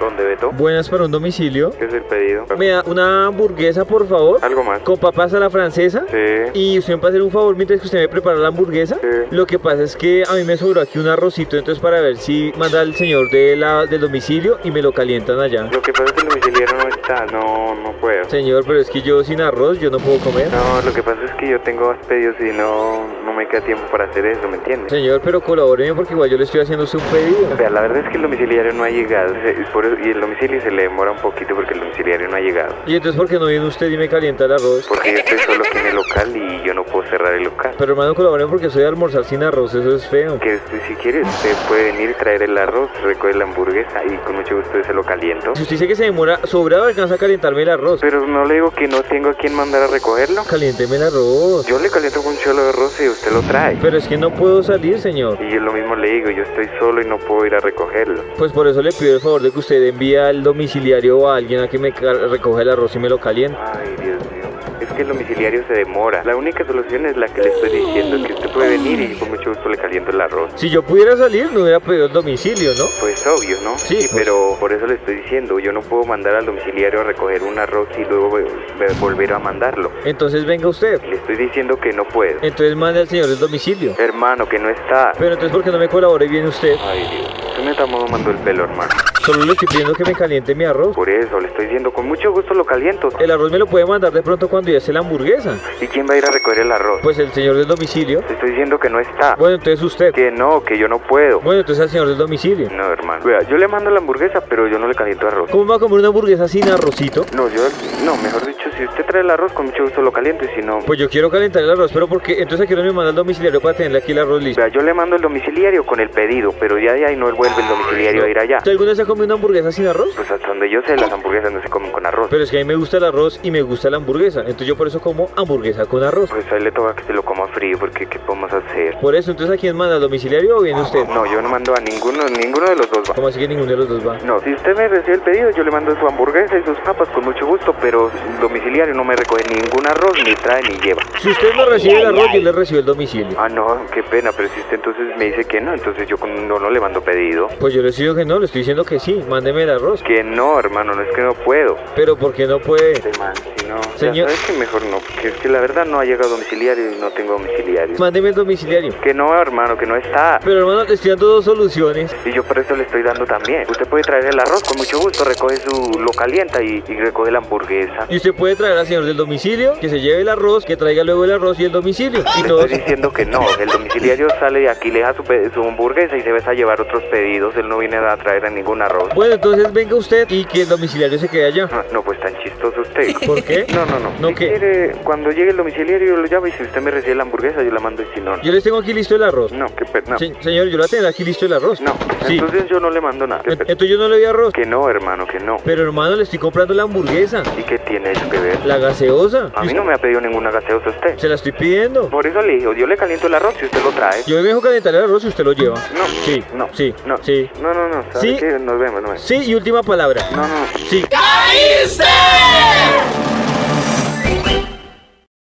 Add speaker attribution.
Speaker 1: ¿Dónde Beto?
Speaker 2: Buenas para un domicilio.
Speaker 1: ¿Qué es el pedido?
Speaker 2: Me da una hamburguesa, por favor,
Speaker 1: ¿Algo más?
Speaker 2: con papas a la francesa.
Speaker 1: Sí.
Speaker 2: Y usted me puede hacer un favor mientras que usted me prepara la hamburguesa.
Speaker 1: Sí.
Speaker 2: Lo que pasa es que a mí me sobró aquí un arrocito, entonces para ver si manda el señor de la, del domicilio y me lo calientan allá.
Speaker 1: Lo que pasa es que el domiciliario no está, no, no puedo.
Speaker 2: Señor, pero es que yo sin arroz yo no puedo comer.
Speaker 1: No, lo que pasa es que yo tengo más pedidos y no, no me queda tiempo para hacer eso, ¿me entiendes?
Speaker 2: Señor, pero colabóreme porque igual yo le estoy haciendo a usted un pedido.
Speaker 1: O sea, la verdad es que el domiciliario no ha llegado se- por eso- y el domicilio se le demora un poquito porque el domiciliario no ha llegado.
Speaker 2: Y entonces, ¿por qué no viene usted y me calienta el arroz?
Speaker 1: Porque yo estoy solo aquí en el local y yo no puedo cerrar el local.
Speaker 2: Pero hermano, colabóreme porque soy de almorzar sin arroz, eso es feo.
Speaker 1: Que usted, si quiere, usted puede venir, traer el arroz, recoger la hamburguesa y con mucho gusto se lo caliento.
Speaker 2: Si usted dice que se demora, sobrado alcanza a calentarme el arroz.
Speaker 1: Pero no le digo que no tengo a quién mandar a recogerlo.
Speaker 2: Caliénteme el arroz.
Speaker 1: Yo le caliento con un cholo de arroz y usted lo trae.
Speaker 2: Pero es que no puedo salir, señor.
Speaker 1: Y yo lo mismo le digo, yo estoy solo y no puedo ir a recogerlo.
Speaker 2: Pues por eso le pido el favor de que usted envíe al domiciliario o a alguien a que me ca- recoja el arroz y me lo caliente.
Speaker 1: Ay, Dios mío. Es que el domiciliario se demora. La única solución es la que le estoy diciendo, que usted puede venir y con mucho gusto le caliento el arroz.
Speaker 2: Si yo pudiera salir, me hubiera pedido el domicilio, ¿no?
Speaker 1: Pues obvio, ¿no?
Speaker 2: Sí, pues.
Speaker 1: pero por eso le estoy diciendo, yo no puedo mandar al domiciliario a recoger un arroz y luego eh, eh, volver a mandarlo.
Speaker 2: Entonces venga usted.
Speaker 1: Le estoy diciendo que no puedo.
Speaker 2: Entonces mande al señor el domicilio.
Speaker 1: Hermano, que no está.
Speaker 2: Pero entonces, ¿por qué no me colabora y viene usted?
Speaker 1: Ay, Dios. Usted me está mamando el pelo, hermano.
Speaker 2: Solo le estoy pidiendo que me caliente mi arroz.
Speaker 1: Por eso, le estoy diciendo, con mucho gusto lo caliento.
Speaker 2: El arroz me lo puede mandar de pronto cuando ya esté la hamburguesa.
Speaker 1: ¿Y quién va a ir a recoger el arroz?
Speaker 2: Pues el señor del domicilio.
Speaker 1: Le estoy diciendo que no está.
Speaker 2: Bueno, entonces usted.
Speaker 1: Que no, que yo no puedo.
Speaker 2: Bueno, entonces al señor del domicilio.
Speaker 1: No, hermano. Vea, yo le mando la hamburguesa, pero yo no le caliento arroz.
Speaker 2: ¿Cómo va a comer una hamburguesa sin arrocito?
Speaker 1: No, yo, no, mejor dicho, si usted trae el arroz, con mucho gusto lo caliento, y si no...
Speaker 2: Pues yo quiero calentar el arroz, pero porque entonces quiero me manda al domiciliario para tenerle aquí el arroz listo.
Speaker 1: Vea, yo le mando el domiciliario con el pedido, pero ya de ahí no vuelve el domiciliario a ir allá.
Speaker 2: ¿Usted alguna vez ha comido una hamburguesa sin arroz?
Speaker 1: Pues hasta donde yo sé, las hamburguesas no se comen con arroz.
Speaker 2: Pero es que a mí me gusta el arroz y me gusta la hamburguesa, entonces yo por eso como hamburguesa con arroz.
Speaker 1: Pues a él le toca que se lo coma frío, porque ¿qué podemos hacer?
Speaker 2: Por eso, entonces ¿a quién manda? ¿Al domiciliario o viene usted?
Speaker 1: No, yo no mando a ninguno, ninguno de los dos. va.
Speaker 2: ¿Cómo así que ninguno de los dos va?
Speaker 1: No, si usted me recibe el pedido, yo le mando su hamburguesa y sus papas con mucho gusto, pero el domiciliario no me recoge ningún arroz, ni trae, ni lleva.
Speaker 2: Si usted no recibe el arroz, yo le recibo el domicilio.
Speaker 1: Ah, no, qué pena, pero si usted entonces me dice que no, entonces yo con- no, no le mando pedido.
Speaker 2: Pues yo le estoy diciendo que no, le estoy diciendo que sí, mándeme el arroz.
Speaker 1: Que no, hermano, no es que no puedo.
Speaker 2: Pero ¿por qué no puede?
Speaker 1: Este man, si no, ya
Speaker 2: Señor-
Speaker 1: sabes que mejor no, que es que la verdad no ha llegado domiciliario y no tengo domiciliario.
Speaker 2: Mándeme el domiciliario.
Speaker 1: Que no, hermano, que no está.
Speaker 2: Pero hermano, le estoy dando dos soluciones.
Speaker 1: Y yo por eso le estoy dando también. Usted puede traer el arroz con mucho gusto, recoge su, lo calienta y, y recoge la hamburguesa.
Speaker 2: Y usted puede traer al señor del domicilio, que se lleve el arroz, que traiga luego el arroz y el domicilio. Y
Speaker 1: Le
Speaker 2: todo.
Speaker 1: estoy diciendo que no, el domiciliario sale de aquí, le deja su, pe- su hamburguesa y se va a llevar otros pedidos, él no viene a traer a ningún arroz.
Speaker 2: Bueno, entonces venga usted y que el domiciliario se quede allá.
Speaker 1: No, no, pues tan chistoso usted.
Speaker 2: ¿Por qué?
Speaker 1: No, no, no.
Speaker 2: ¿No
Speaker 1: si
Speaker 2: qué?
Speaker 1: quiere, cuando llegue el domiciliario yo lo llamo y si usted me recibe la hamburguesa yo la mando y si no, no.
Speaker 2: Yo les tengo aquí listo el arroz.
Speaker 1: no, qué pena.
Speaker 2: Se- señor, yo la tengo aquí listo el arroz.
Speaker 1: No,
Speaker 2: Sí. Eh,
Speaker 1: entonces yo no le mando nada. Qué
Speaker 2: En-
Speaker 1: pena.
Speaker 2: Entonces yo no le doy arroz.
Speaker 1: Que no, hermano, que no.
Speaker 2: Pero hermano, le estoy comprando la hamburguesa,
Speaker 1: ¿Y qué tiene eso que ver?
Speaker 2: la gaseosa.
Speaker 1: A
Speaker 2: Y
Speaker 1: mí no me ha pedido ninguna gaseosa usted.
Speaker 2: Se la estoy pidiendo.
Speaker 1: Por eso le digo, yo le caliento el arroz y usted lo trae.
Speaker 2: Yo me dejo calentar el arroz y usted lo lleva.
Speaker 1: No,
Speaker 2: Sí,
Speaker 1: no,
Speaker 2: sí,
Speaker 1: no,
Speaker 2: sí.
Speaker 1: no, no, no, ¿sabe
Speaker 2: Sí.
Speaker 1: qué? Nos vemos, nos vemos.
Speaker 2: Sí, y última palabra.
Speaker 1: No, no, no.
Speaker 2: Sí.